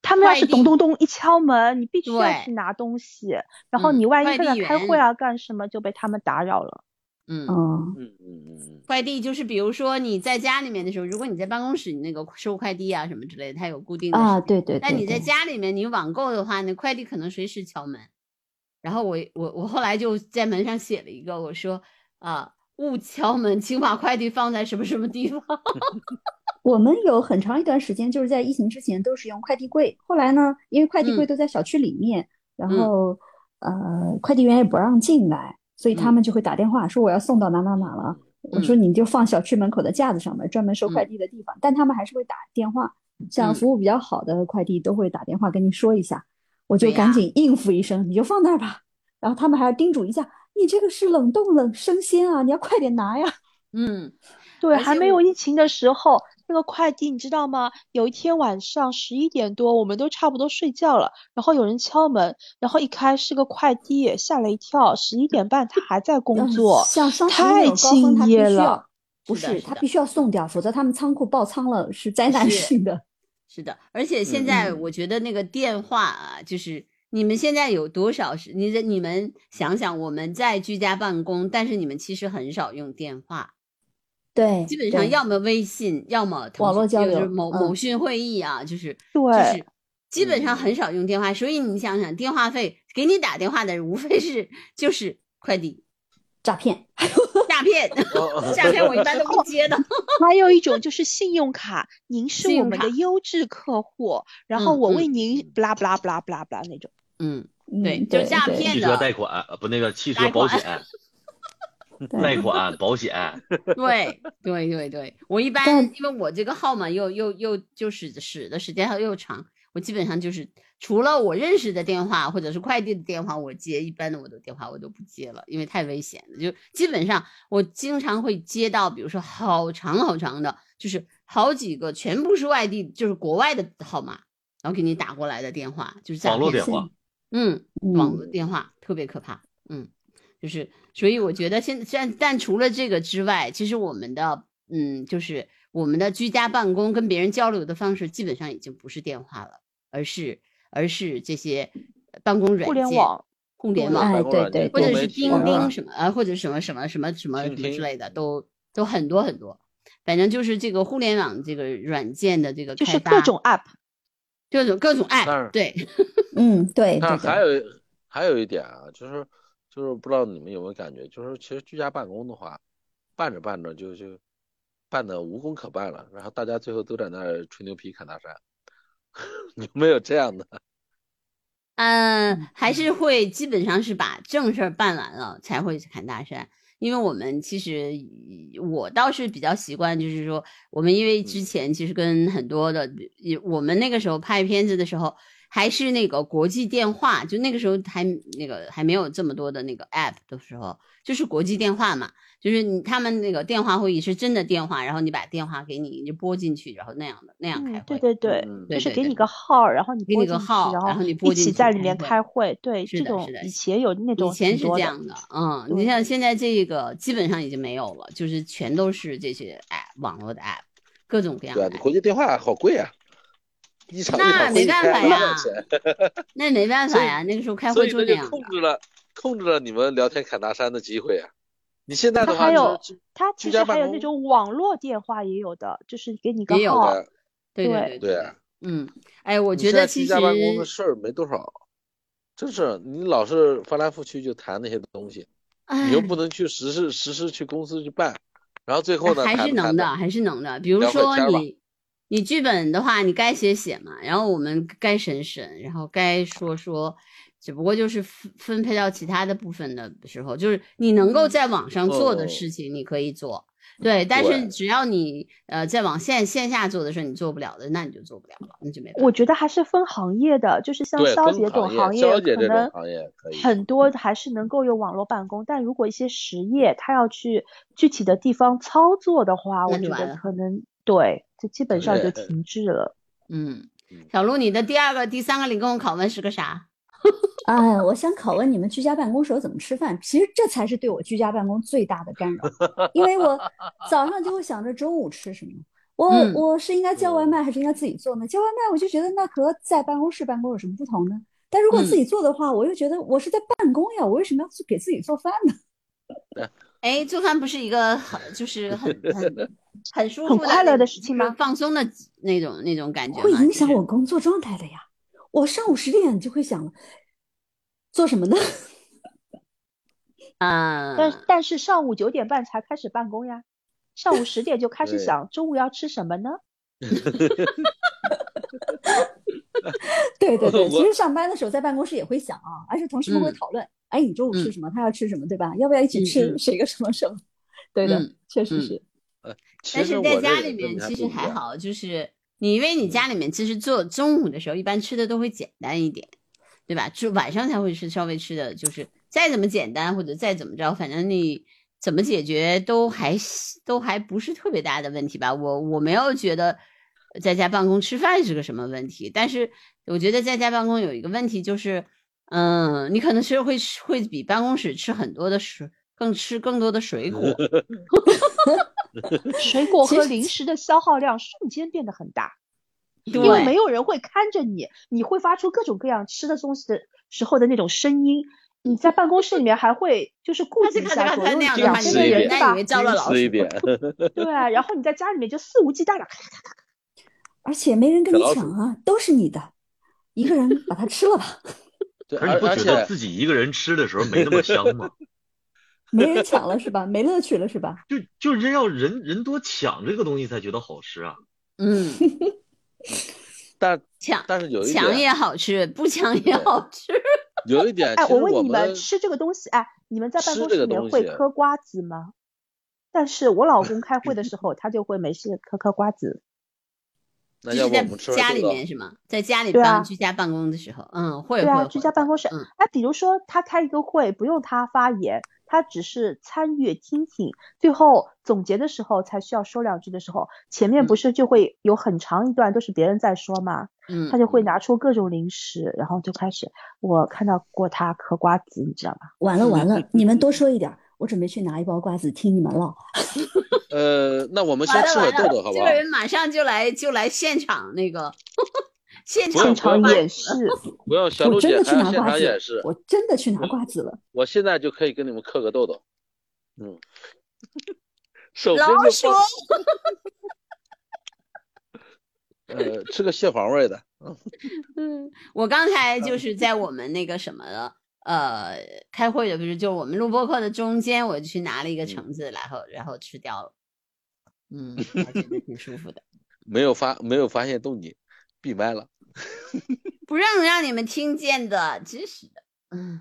S3: 他们要
S1: 快
S3: 是咚
S1: 递
S3: 咚咚一敲门，你必须要
S1: 对
S3: 去拿东西，然后
S1: 嗯
S3: 你万一
S1: 快
S3: 正在
S1: 递
S3: 开会
S1: 员
S3: 啊干什么，就被他们打扰了。
S1: 嗯，
S2: 嗯，
S5: 嗯嗯嗯
S1: 快递就是比如说你在家里面的时候，如果你在办公室，你那个收快递啊什么之类的，它有固定的
S2: 啊，
S1: 时间。
S2: 对对对，
S1: 但你在
S2: 对
S1: 家里面，你网购的话，那快递可能随时敲门。然后我我我后来就在门上写了一个，我说啊，勿敲门，请把快递放在什么什么地方。
S2: 我们有很长一段时间就是在疫情之前都是用快递柜，后来呢，因为快递柜
S1: 嗯
S2: 都在小区里面，然
S1: 嗯
S2: 后呃，快递员也不让进来，所以他
S1: 嗯
S2: 们就会打电话说我要送到哪哪哪了，我说你就放小区门口的架子上面，专门收快
S1: 嗯
S2: 递的地方，但他们还是会打电话，像
S1: 嗯
S2: 服务比较好的快递都会打电话跟你说一下，我就
S1: 对
S2: 赶
S1: 呀
S2: 紧应付一声，你就放那儿吧，然后他们还要叮嘱一下，你这个是冷冻冷生鲜啊，你要快点拿呀，
S1: 嗯，
S3: 对，
S1: 而
S3: 还
S1: 且
S3: 没有
S1: 我
S3: 疫情的时候，那个快递你知道吗？有一天晚上十一点多，我们都差不多睡觉了，然后有人敲门，然后一开是个快递，吓了一跳。十一点半他还在工
S2: 嗯，
S3: 作，
S2: 像双十一那
S3: 太
S2: 种高峰，他
S3: 敬
S2: 必须
S3: 业
S2: 要
S3: 了。，
S2: 不
S1: 是的
S2: 是，
S1: 是
S2: 他
S1: 的
S2: 必须要送掉，否则他们仓库爆仓了是灾难
S1: 是
S2: 性的。
S1: 是的，而且现
S2: 嗯
S1: 在我觉得那个电话啊，就是你们现在有多少是？你你们想想，我们在居家办公，但是你们其实很少用电话，
S2: 对，
S1: 基本上
S2: 对
S1: 要么微信，要么腾
S2: 网
S1: 讯
S2: 络交
S1: 就是
S2: 流
S1: 某
S2: 嗯
S1: 某讯会议啊，就是就
S3: 对
S1: 是基本上很少用电话，所以你想想，电话费给你打电话的人无非是就是快递
S2: 诈骗。
S1: 诈骗，
S2: 哦
S5: 嗯，
S1: 诈骗我一般都不接 的。
S3: 还有一种就是信用卡，您是
S1: 信
S3: 我
S1: 用
S3: 们
S1: 卡
S3: 的优质客户，然后
S1: 嗯
S3: 我
S1: 嗯
S3: 为您不拉不拉不拉不拉不拉那种。
S1: 嗯，
S2: 嗯，
S1: 对就
S2: 对
S1: 诈
S2: 对
S1: 骗
S4: 汽车贷款呃不那个汽车
S1: 贷
S4: 保
S1: 款
S4: 险，
S2: 对
S4: 贷款保险，
S1: 对对对对，我一般
S2: 但
S1: 因为我这个号码又又又就是使的时间又长，我基本上就是除了我认识的电话或者是快递的电话我接，一般的我的电话我都不接了，因为太危险了。就基本上我经常会接到，比如说好长好长的，就是好几个全部是外地，就是国外的号码，然后给你打过来的电话，就是诈
S4: 网络
S1: 骗
S4: 电话，
S1: 嗯，网
S2: 嗯，
S1: 络电话特别可怕，嗯，就是，所以我觉得现但但除了这个之外，其实我们的嗯，就是我们的居家办公跟别人交流的方式，基本上已经不是电话了，而是而是这些呃办公软
S3: 互联
S1: 件、
S3: 网，
S1: 互联
S3: 对
S1: 网，
S2: 哎
S5: 办公
S2: 对
S5: 软件
S2: 对
S1: 或
S5: 多
S1: 者
S5: 媒
S1: 是
S5: 体
S1: 钉
S5: 啊
S1: 钉什么啊，或者什么什么什么什么什么
S5: 倾
S1: 之
S5: 听
S1: 类的，都都很多很多，反正就是这个互联网这个软件的这个
S3: 就是
S1: 开
S3: 各
S1: 发，
S3: 种 app。
S1: 各种各种
S5: 但是
S1: app，对，
S2: 嗯，对
S5: 但
S2: 对
S5: 是还
S2: 对，
S5: 有一还有一点啊，就是就是不知道你们有没有感觉，就是其实居家办公的话，办着办着就就办的无功可办了，然后大家最后都在那儿吹牛皮侃大山， 有没有这样的？
S1: 嗯，还是会基本上是把正事儿办完了才会去砍大山，因为我们其实呃我倒是比较习惯，就是说我们因为
S3: 嗯
S1: 之前其实跟很多的，也我们那个时候拍片子的时候还是那个国际电话，就那个时候还那个还没有这么多的那个 app 的时候，就是国际电话嘛，就是你他们那个电话会议是真的电话，然后你把电话给你你就拨进去，然后那样的那样开
S3: 嗯，对
S1: 会，
S3: 对对，
S5: 嗯
S1: 对
S3: 就是
S1: 对
S3: 给
S1: 对
S3: 你个号，然后你
S1: 给
S3: 拨
S1: 你个
S3: 进去
S1: 号，
S3: 然
S1: 然
S3: 后
S1: 后你拨
S3: 一
S1: 进
S3: 起
S1: 去
S3: 在里
S1: 开
S3: 面
S1: 会
S3: 开会。对，
S1: 是
S3: 这
S1: 的
S3: 种
S1: 是的
S3: 以前有那
S1: 以
S3: 种
S1: 前
S3: 挺
S1: 是
S3: 多
S1: 这
S3: 的。
S1: 样的，嗯，
S3: 对
S1: 你像现在这个基本上已经没有了，就是全都是这些 app 网络的 app，各种各样
S5: 对啊
S1: 的，
S5: 国
S1: app，
S5: 际电话好贵啊，一场一
S1: 那
S5: 场会
S1: 没
S5: 议
S1: 办
S5: 开
S1: 法
S5: 八万
S1: 呀
S5: 钱，，
S1: 那没办
S5: 所
S1: 法
S5: 以
S1: 呀，那个时候开
S5: 所
S1: 会
S5: 以
S1: 就那
S5: 这就
S1: 样的
S5: 控，制了控制了你们聊天侃大山的机会啊。你现在的
S3: 它
S5: 话
S3: 还
S5: 就是
S3: 有
S5: 居
S3: 它
S5: 居
S3: 其实
S5: 家
S3: 还
S5: 办
S3: 有那
S5: 公
S3: 种网络电话也有的，就是给你个
S1: 也有
S3: 号。
S1: 对
S5: 对
S1: 对
S3: 对
S5: 对
S1: 对
S5: 啊，
S1: 嗯，哎，我
S5: 我
S1: 觉得其
S5: 居
S1: 实
S5: 家办公的事儿没多少，真是你老是翻来覆去就谈那些东西，
S1: 哎
S5: 你又不能去实事实事去公司去办，然后最后呢
S1: 还
S5: 谈
S1: 是
S5: 着
S1: 能
S5: 谈
S1: 的，
S5: 着
S1: 还是能的。比如
S5: 聊会
S1: 说
S5: 天儿吧
S1: 你，你剧本的话，你该写写嘛，然后我们该审审，然后该说说，只不过就是分分配到其他的部分的时候，就是你能
S5: 嗯
S1: 够在网上做的事情，你可以做。对，但是
S5: 哦对
S1: 只要你呃在网线线下做的事，你做不了的，那你就做不了了，那就没办
S3: 我
S1: 法。
S3: 觉得还是分行业的，就是像
S5: 对，
S3: 肖
S5: 分
S3: 姐这种
S5: 行
S3: 业，
S5: 肖姐
S3: 可
S5: 这种
S3: 能
S5: 行业可以。嗯
S3: 很多还是能够有网络办公，但如果一些实业，他要去具体的地方操作的话，
S1: 那
S3: 我
S1: 就
S3: 觉
S1: 完
S3: 得
S1: 了
S3: 可能对，就基本上就
S5: 对
S3: 停滞了。
S1: 嗯，小鹿，你的第二个、第三个理工拷问是个啥？
S2: 哎，我想拷问你们居家办公时候怎么吃饭？其实这才是对我居家办公最大的干扰，因为 我早上就会想着中午吃什么，我
S1: 嗯
S2: 我是应该叫外卖还是应该自己做呢？叫外卖我就觉得那和在办公室办公有什么不同呢？但如果
S1: 嗯
S2: 自己做的话，我又觉得我是在办公呀，我为什么要去给自己做饭呢？
S1: 哎，做饭不是一个很就是很很很舒服
S3: 很
S1: 的
S3: 快乐
S1: 那
S3: 的
S1: 种
S3: 事
S1: 就
S3: 情
S1: 是
S3: 吗
S1: 放松的那种那种感觉
S2: 会
S1: 吗
S2: 影
S1: 就
S2: 响
S1: 是
S2: 我工作状态的呀。我上午十点就会想做什么呢？
S1: 啊，
S5: 嗯
S3: 但但是上午九点半才开始办公呀，上午十点就开始
S5: 对
S3: 想中午要吃什么呢？
S2: 对对对，其
S5: 我
S2: 实上班的时候在办公室也会想啊，而且同事们会
S1: 嗯
S2: 讨论，哎，你中午吃
S1: 嗯
S2: 什么？他要吃什么，对吧？要不要一起
S1: 嗯
S2: 吃
S1: 嗯
S2: 谁个什么什么？对的
S1: 嗯，
S2: 确实
S1: 嗯
S2: 是。
S5: 其
S1: 但
S5: 实
S1: 是
S5: 我
S1: 在
S5: 这
S1: 家
S5: 个
S1: 里
S5: 人跟
S1: 面
S5: 你还
S1: 其
S5: 不
S1: 实
S5: 一
S1: 还
S5: 样，嗯
S1: 好，就是你因为你家里面其实做中午的时候一般吃的都会简单一点，对吧？就晚上才会吃稍微吃的，就是再怎么简单或者再怎么着，反正你怎么解决都还行都还不是特别大的问题吧。我我没有觉得在家办公吃饭是个什么问题，但是我觉得在家办公有一个问题就是，嗯，你可能是会吃会比办公室吃很多的水，更吃更多的水 果。
S3: 水果
S2: 其
S3: 和
S2: 实
S3: 零食的消耗量瞬间变得很大，
S1: 对
S3: 因为没有人会看着你，你会发出各种各样吃的东西的时候的那种声音。你在办公室里面还会就是顾
S1: 咔嚓
S3: 及一
S1: 咔嚓
S3: 下
S1: 咔
S3: 左
S1: 嚓
S3: 右
S1: 那样的
S3: 两
S1: 话，
S5: 是
S1: 你
S3: 边
S5: 的
S3: 的
S5: 一
S1: 就
S3: 人，
S5: 点
S1: 那
S3: 对吧
S1: 以为？招了老
S5: 吃一
S1: 鼠。
S5: 点，
S3: 对啊，然后你在家里面就肆无忌惮的，
S5: 哎
S2: 而且没人跟
S5: 小
S2: 你
S5: 老
S2: 抢
S5: 鼠
S2: 啊，都是你的，一个人把它吃了吧，
S5: 对，
S4: 可是
S5: 而
S4: 你不
S5: 而
S4: 觉得
S5: 且
S4: 自己一个人吃的时候没那么香吗？
S2: 没人抢了是吧？没乐趣了是吧？
S4: 就就是真要人人多抢这个东西才觉得好吃啊！
S1: 嗯，
S5: 但
S1: 抢
S5: 但是有一
S1: 抢也
S5: 点，
S1: 好吃，不抢也好吃。
S5: 有 一点，
S3: 哎，
S5: 其实
S3: 问你
S5: 们
S3: 吃这个东西，哎，你们在办
S5: 吃
S3: 公
S5: 这
S3: 室
S5: 个
S3: 里面
S5: 东
S3: 会
S5: 西
S3: 嗑瓜子吗？但是我老公开会的时候，他就会没事嗑嗑瓜子。
S5: 那
S1: 就
S5: 要
S1: 是
S5: 不我
S1: 在
S5: 们吃
S1: 家
S5: 完
S1: 里
S5: 这
S1: 面
S5: 个，
S1: 是吗？在家里
S3: 对啊
S1: 办居家办公的时候，嗯，会
S3: 对
S1: 会
S3: 啊，
S1: 会
S3: 居家办
S1: 会
S3: 公室，
S1: 嗯
S3: 哎，比如说他开一个会，不用他发言，他只是参与听听，最后总结的时候才需要说两句的时候，前面
S1: 嗯
S3: 不是就会有很长一段都是别人在说嘛，
S1: 嗯，
S3: 他就会拿出各种零食，然后就开始，我看到过他嗑瓜子，你知道吗？
S2: 完了完
S5: 嗯
S2: 了，你们多说一点儿，我准备去拿一包瓜子听你们唠。
S5: 呃，那我们
S1: 完
S5: 先
S1: 了
S5: 吃
S1: 完
S5: 会
S1: 了
S5: 豆，豆好
S1: 这
S5: 不
S1: 个
S5: 好？
S1: 人马上就来就来现场那个 现
S5: 不用
S1: 场
S3: 现
S5: 不用
S3: 场
S1: 挖
S3: 演示，
S5: 不用，小
S2: 我
S5: 鹿
S2: 真
S5: 姐
S2: 的去
S5: 还
S2: 拿
S5: 要现
S2: 瓜
S5: 场
S2: 子
S5: 演
S2: 了，
S5: 示，
S2: 我真的去拿瓜子 了。
S5: 我现在就可以跟你们嗑个豆豆，嗯，手边
S1: 老
S5: 就
S1: 鼠
S5: 放，呃，吃个蟹黄味的，
S1: 嗯，我刚才
S5: 嗯
S1: 就是在我们那个什么了，呃，开会的不是，就我们录播课的中间，我就去拿了
S5: 嗯
S1: 一个橙子，然后然后吃掉了，嗯，还觉得挺舒服的。
S5: 没有发没有发现动静，闭麦了。
S1: 不让让你们听见的，真是的， 嗯，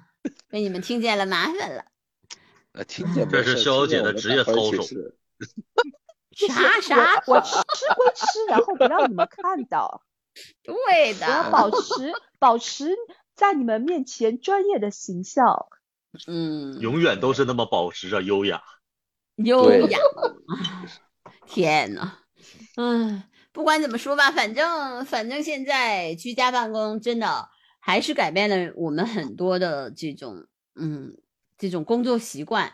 S1: 被你们听见了，麻烦了。
S5: 呃，听见
S4: 这
S5: 没
S4: 是
S5: 事儿
S4: 肖
S5: 听见
S4: 姐
S5: 我
S4: 的
S5: 们
S4: 职
S5: 大
S4: 业
S5: 伙儿一
S4: 操
S5: 起
S4: 守
S5: 吃
S3: 就是
S1: 啥啥，
S3: 我我吃归吃，然后不让你们看到，
S1: 对
S3: 我要
S1: 的，
S3: 保持保持在你们面前专业的形象。
S1: 嗯，
S4: 永远都是那么保持着优雅。
S1: 优
S5: 对
S1: 雅， 天呐，嗯，不管怎么说吧，反正反正现在居家办公真的还是改变了我们很多的这种嗯这种工作习惯，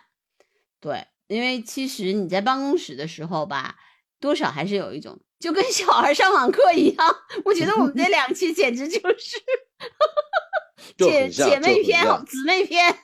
S1: 对，因为其实你在办公室的时候吧，多少还是有一种就跟小孩上网课一样，我觉得我们这两期简直就是。
S5: 就
S1: 姐
S5: 很像，
S1: 姐
S5: 就
S1: 妹
S5: 很
S1: 篇好，啊
S5: 像，
S1: 姊妹篇。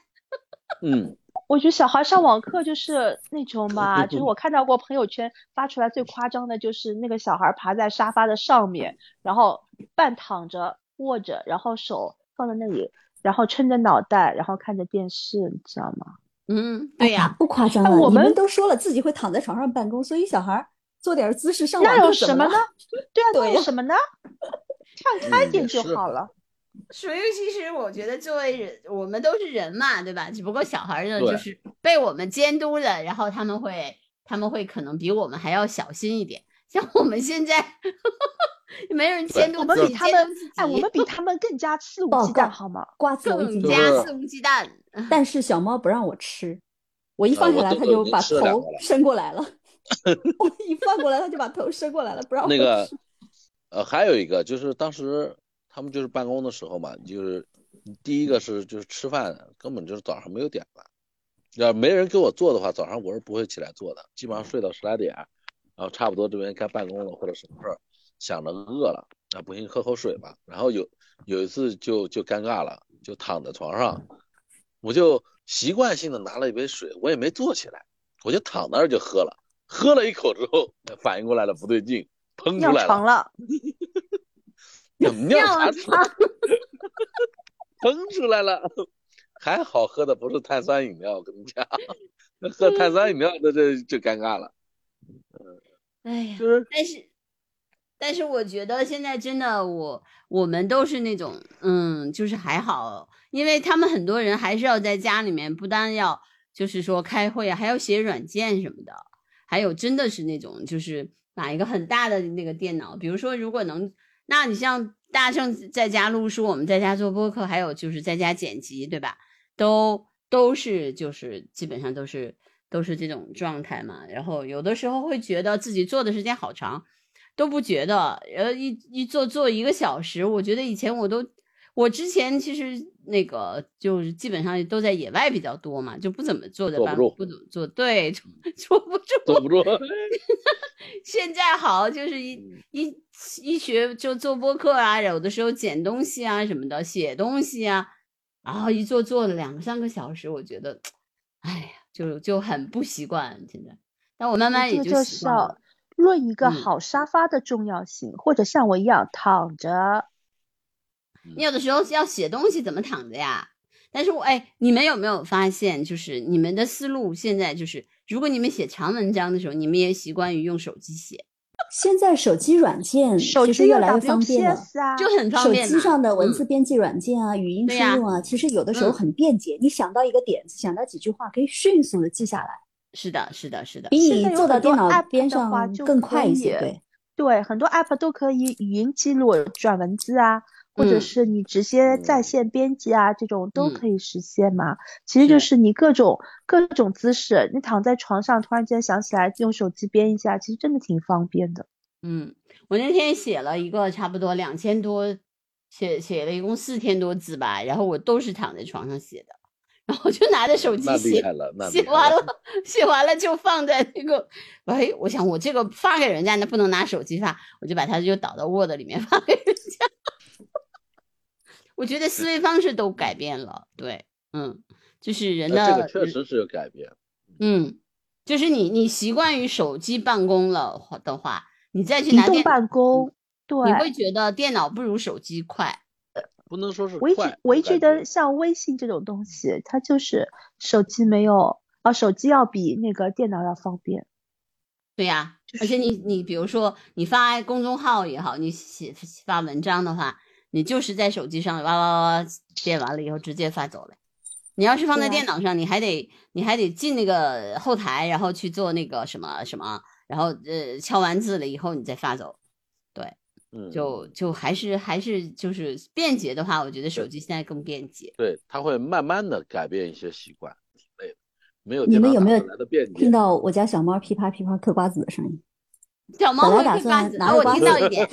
S5: 嗯，
S3: 我觉得小孩上网课就是那 种嘛，就是我看到过朋友圈发出来最夸张的，就是那个小孩爬在沙发的上面，然后半躺着卧着，然后手放在那里，然后撑着脑袋，然后看着电视，你知道吗？
S1: 嗯，对 呀、
S2: 不夸张
S3: 那
S2: 了，
S3: 哎我
S2: 你们
S3: 们
S2: 都说了自己会躺在床上办公，所以小孩儿做点儿姿势上网
S3: 那有
S2: 又怎
S3: 什
S2: 么
S3: 么
S2: 了
S3: 呢？对啊，那
S2: 对
S3: 有
S2: 呀
S3: 什么呢？看开
S5: 嗯
S3: 点
S5: 也
S3: 就是好了。
S1: 所以其实我觉得作为人，我们都是人嘛，对吧？只不过小孩儿呢，
S5: 对
S1: 就是被我们监督了，然后他们会，他们会可能比我们还要小心一点。像我们现在， 没人监督
S3: 我们
S1: 自
S3: 比
S1: 己，
S3: 他
S1: 监
S3: 们
S1: 督自己，
S3: 哎，我们比他们更加肆无
S2: 报
S3: 忌惮，
S2: 告
S3: 好吗？
S2: 瓜子我已
S1: 更
S2: 经
S5: 就
S2: 吃
S5: 是
S1: 加
S2: 了，
S1: 肆无忌惮。
S2: 但是小猫不让我吃，我一
S5: 啊
S2: 放下
S5: 我
S2: 来，
S5: 都
S2: 它
S5: 已
S2: 就
S5: 经
S2: 把
S5: 吃了两
S2: 头
S5: 个了
S2: 伸过来了。我一放过来，它就把头伸过来了，不让我
S5: 那个
S2: 吃。
S5: 呃，还有一个就是当时他们就是办公的时候嘛，就是第一个是就是吃饭根本就是早上没有点了，要没人给我做的话，早上我是不会起来做的，基本上睡到十来点，然后差不多这边该办公了或者什么事儿，想着饿了，那啊不行喝口水吧。然后有有一次就就尴尬了，就躺在床上，我就习惯性的拿了一杯水，我也没坐起来，我就躺那儿就喝了，喝了一口之后反应过来了不对劲，喷嗯出
S3: 尿
S5: 来了
S3: 床。了，
S5: 怎么尿
S1: 尿
S5: 啥
S1: 了
S5: 出来？ 喷出来了，还好喝的不是碳酸饮料，我跟你讲，那喝碳酸饮料那这就尴尬了。嗯
S1: 哎呀，
S5: 就是
S1: 但是，但是我觉得现在真的我我们都是那种，嗯，就是还好，因为他们很多人还是要在家里面，不单要就是说开会啊，还要写软件什么的，还有真的是那种就是买一个很大的那个电脑，比如说如果能，那你像大圣在家录书，我们在家做播客，还有就是在家剪辑，对吧？都都是就是基本上都是都是这种状态嘛。然后有的时候会觉得自己做的时间好长，都不觉得，然后一一做做一个小时，我觉得以前我都。我之前其实那个就是基本上都在野外比较多嘛，就不怎么坐在
S5: 坐
S1: 办
S5: 不住
S1: 不怎么坐，对，坐坐不住。
S5: 坐不住，
S1: 现在好，就是
S2: 嗯
S1: 一一一学就做播客啊，有的时候剪东西啊什么的，写东西啊，然后一做做了两个三个小时，我觉得，哎呀，就就很不习惯现在。但我慢慢也
S3: 这就
S1: 习
S3: 是
S1: 惯
S3: 要
S1: 了。
S3: 论一个
S1: 嗯
S3: 好沙发的重要性，或者像我一样躺着。
S1: 你有的时候要写东西怎么躺着呀？但是我哎，你们有没有发现，就是你们的思路现在就是，如果你们写长文章的时候，你们也习惯于用手机写，
S2: 现在手机软件
S3: 手
S2: 其实
S3: 机
S2: 越
S3: 有
S2: 来越方便了。
S3: WPS 啊，
S1: 就很方
S2: 手
S1: 便
S2: 机
S1: 嘛
S2: 上的文
S1: 嗯
S2: 字编辑软件啊，语音输
S1: 对呀
S2: 入啊，其实有的时候
S1: 嗯
S2: 很便捷。你想到一个点子，想到几句话，可以迅速的记下来，
S1: 是的，是的，是的，
S2: 比
S3: 现
S2: 你
S3: 在有
S2: 坐到
S3: 很多
S2: 电脑
S3: app
S2: 边
S3: 的话
S2: 上
S3: 就
S2: 更
S3: 可
S2: 快一些。
S3: 以
S2: 对，
S3: 对，很多 app 都可以语音记录、转文字啊，或者
S1: 嗯
S3: 是你直接在
S5: 嗯
S3: 线编辑啊，这种都
S1: 嗯
S3: 可以实现嘛。其实就是是你各种各种姿势，你躺在床上突然间想起来用手机编一下，其实真的挺方便的。
S1: 嗯，我那天写了一个差不多两千多，写写了一共四千多字吧，然后我都是躺在床上写的，然后我就拿着手机
S5: 那厉
S1: 写，
S5: 害了，那
S1: 写
S5: 厉害
S1: 完
S5: 了。
S1: 了， 写完了就放在那个，哎，我想我这个发给人家，那不能拿手机发，我就把它就导到 Word 里面发给人家。 我觉得思维方式都改变了，对，嗯，就是人的
S5: 那呃这个确
S1: 人
S5: 实是有改变，
S1: 嗯，就是你你习惯于手机办公了话的话，你再去
S3: 移
S1: 拿
S3: 动
S1: 电脑
S3: 办公，
S1: 你
S3: 对
S1: 会。觉得电脑不如手机快。
S5: 不能说是
S3: 我一
S5: 快
S3: 直，我一直
S5: 感
S3: 觉
S5: 觉
S3: 得像微信这种东西，它就是手机没有啊，手机要比那个电脑要方便。
S1: 对呀、
S3: 就
S1: 而且你你比如说你发公众号也好，你写发文章的话，你就是在手机上哇哇哇写完了以后直接发走了。你要是放在
S3: 对啊
S1: 电脑上，你还得你还得进那个后台，然后去做那个什么什么，然后呃敲完字了以后你再发走，
S5: 嗯，
S1: 就就还是还是就是便捷的话，我觉得手机现在更便捷。
S5: 对，他会慢慢的改变一些习惯之类的，没有
S2: 你
S5: 电
S2: 们
S5: 脑
S2: 有
S5: 打
S2: 没有
S5: 字来的便捷
S2: 听。到我家小猫噼啪噼啪嗑瓜子的声音？
S1: 小猫
S2: 本来
S1: 会
S2: 打
S1: 会
S2: 算
S1: 发紫，
S2: 拿
S1: 啊
S2: 着
S1: 我
S2: 瓜
S1: 听
S2: 子
S1: 到一点，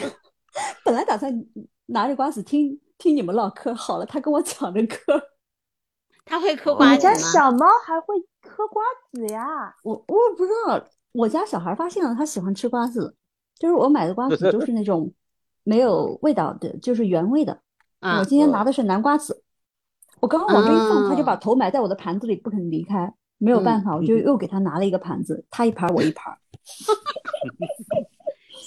S2: 本来打算拿着瓜子听听你们唠嗑，好了，它跟我抢着嗑。
S1: 它会嗑
S5: 哦
S1: 瓜
S3: 你
S1: 子
S3: 家
S1: 吗？
S3: 小猫还会嗑瓜子呀？
S2: 我我也不知道，我家小孩发现了，他喜欢吃瓜子，就是我买的瓜子都是那种没有味道的，就是原味的。
S1: 啊
S2: 我今天拿的是南瓜子，我刚刚往这一放，他就把
S1: 哦
S2: 头埋在我的盘子里不肯离开。没有办法，我
S1: 嗯
S2: 就又给他拿了一个盘子，他一盘儿我一盘儿。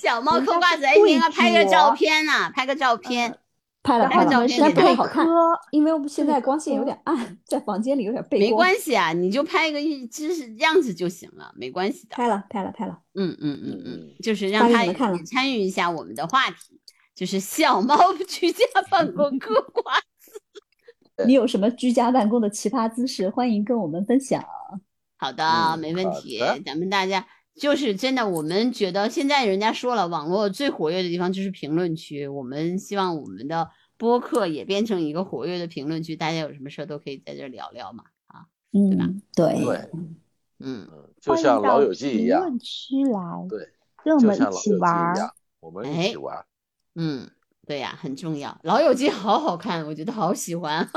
S1: 小猫
S3: 人家
S1: 嗑瓜子，哎，
S3: 是
S1: 你应该
S3: 对
S1: 拍
S2: 啊
S1: 个
S3: 着
S1: 照片呐、拍个照片。
S2: 拍了
S1: 然
S2: 拍
S1: 后照
S2: 了，
S1: 片
S2: 但
S1: 里
S2: 不太
S1: 面
S2: 好看，
S3: 哥，
S2: 因为我们现在光线有
S3: 磕
S2: 点暗，在房间里有点背
S1: 嗯没
S2: 光。
S1: 关系啊，你就拍个一姿势样子就行了，没关系的。
S2: 拍了拍了拍了，
S1: 嗯嗯嗯嗯
S5: 嗯，
S1: 就是让
S2: 发给
S1: 他
S2: 你们看了
S1: 也参与一下我们的话题，就是小猫居家办公嗑瓜子。
S2: 你有什么居家办公的奇葩姿势，欢迎跟我们分享。
S1: 好的，
S5: 嗯
S1: 没问题
S5: 好的，
S1: 咱们大家就是真的，我们觉得现在人家说了，网络最活跃的地方就是评论区，我们希望我们的播客也变成一个活跃的评论区，大家有什么事儿都可以在这儿聊聊嘛。吧
S2: 嗯，对
S5: 对，
S1: 嗯，
S5: 嗯，就
S3: 欢迎
S5: 像老
S3: 到
S5: 友记一
S3: 评
S2: 哎
S5: 样，
S3: 论区来，
S5: 对，
S3: 跟我
S5: 就
S3: 们
S5: 像
S3: 一
S5: 老
S3: 起
S5: 友记
S3: 玩儿
S5: 一样，。我们一
S1: 哎
S5: 起玩儿。
S1: 嗯，对呀、很重要。老友记好好看，我觉得好喜欢。啊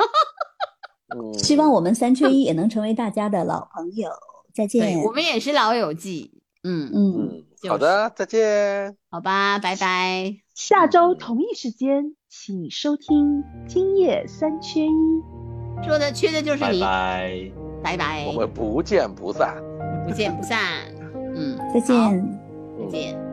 S5: 嗯，
S2: 希望我们三缺一也能成为大家的老朋友。再
S1: 对
S2: 见，
S1: 我们也是老友记。嗯，
S2: 嗯，
S5: 嗯，
S1: 就
S5: 好的，再见。
S1: 好吧，拜拜。
S3: 下
S5: 嗯
S3: 周同一时间，请收听《今夜三缺一》。
S1: 说的缺的就是
S4: 拜
S1: 你，
S4: 拜。
S1: 拜拜，
S5: 我们不见不散。
S1: 不见不散。嗯，
S2: 再见。
S5: 嗯
S1: 再见。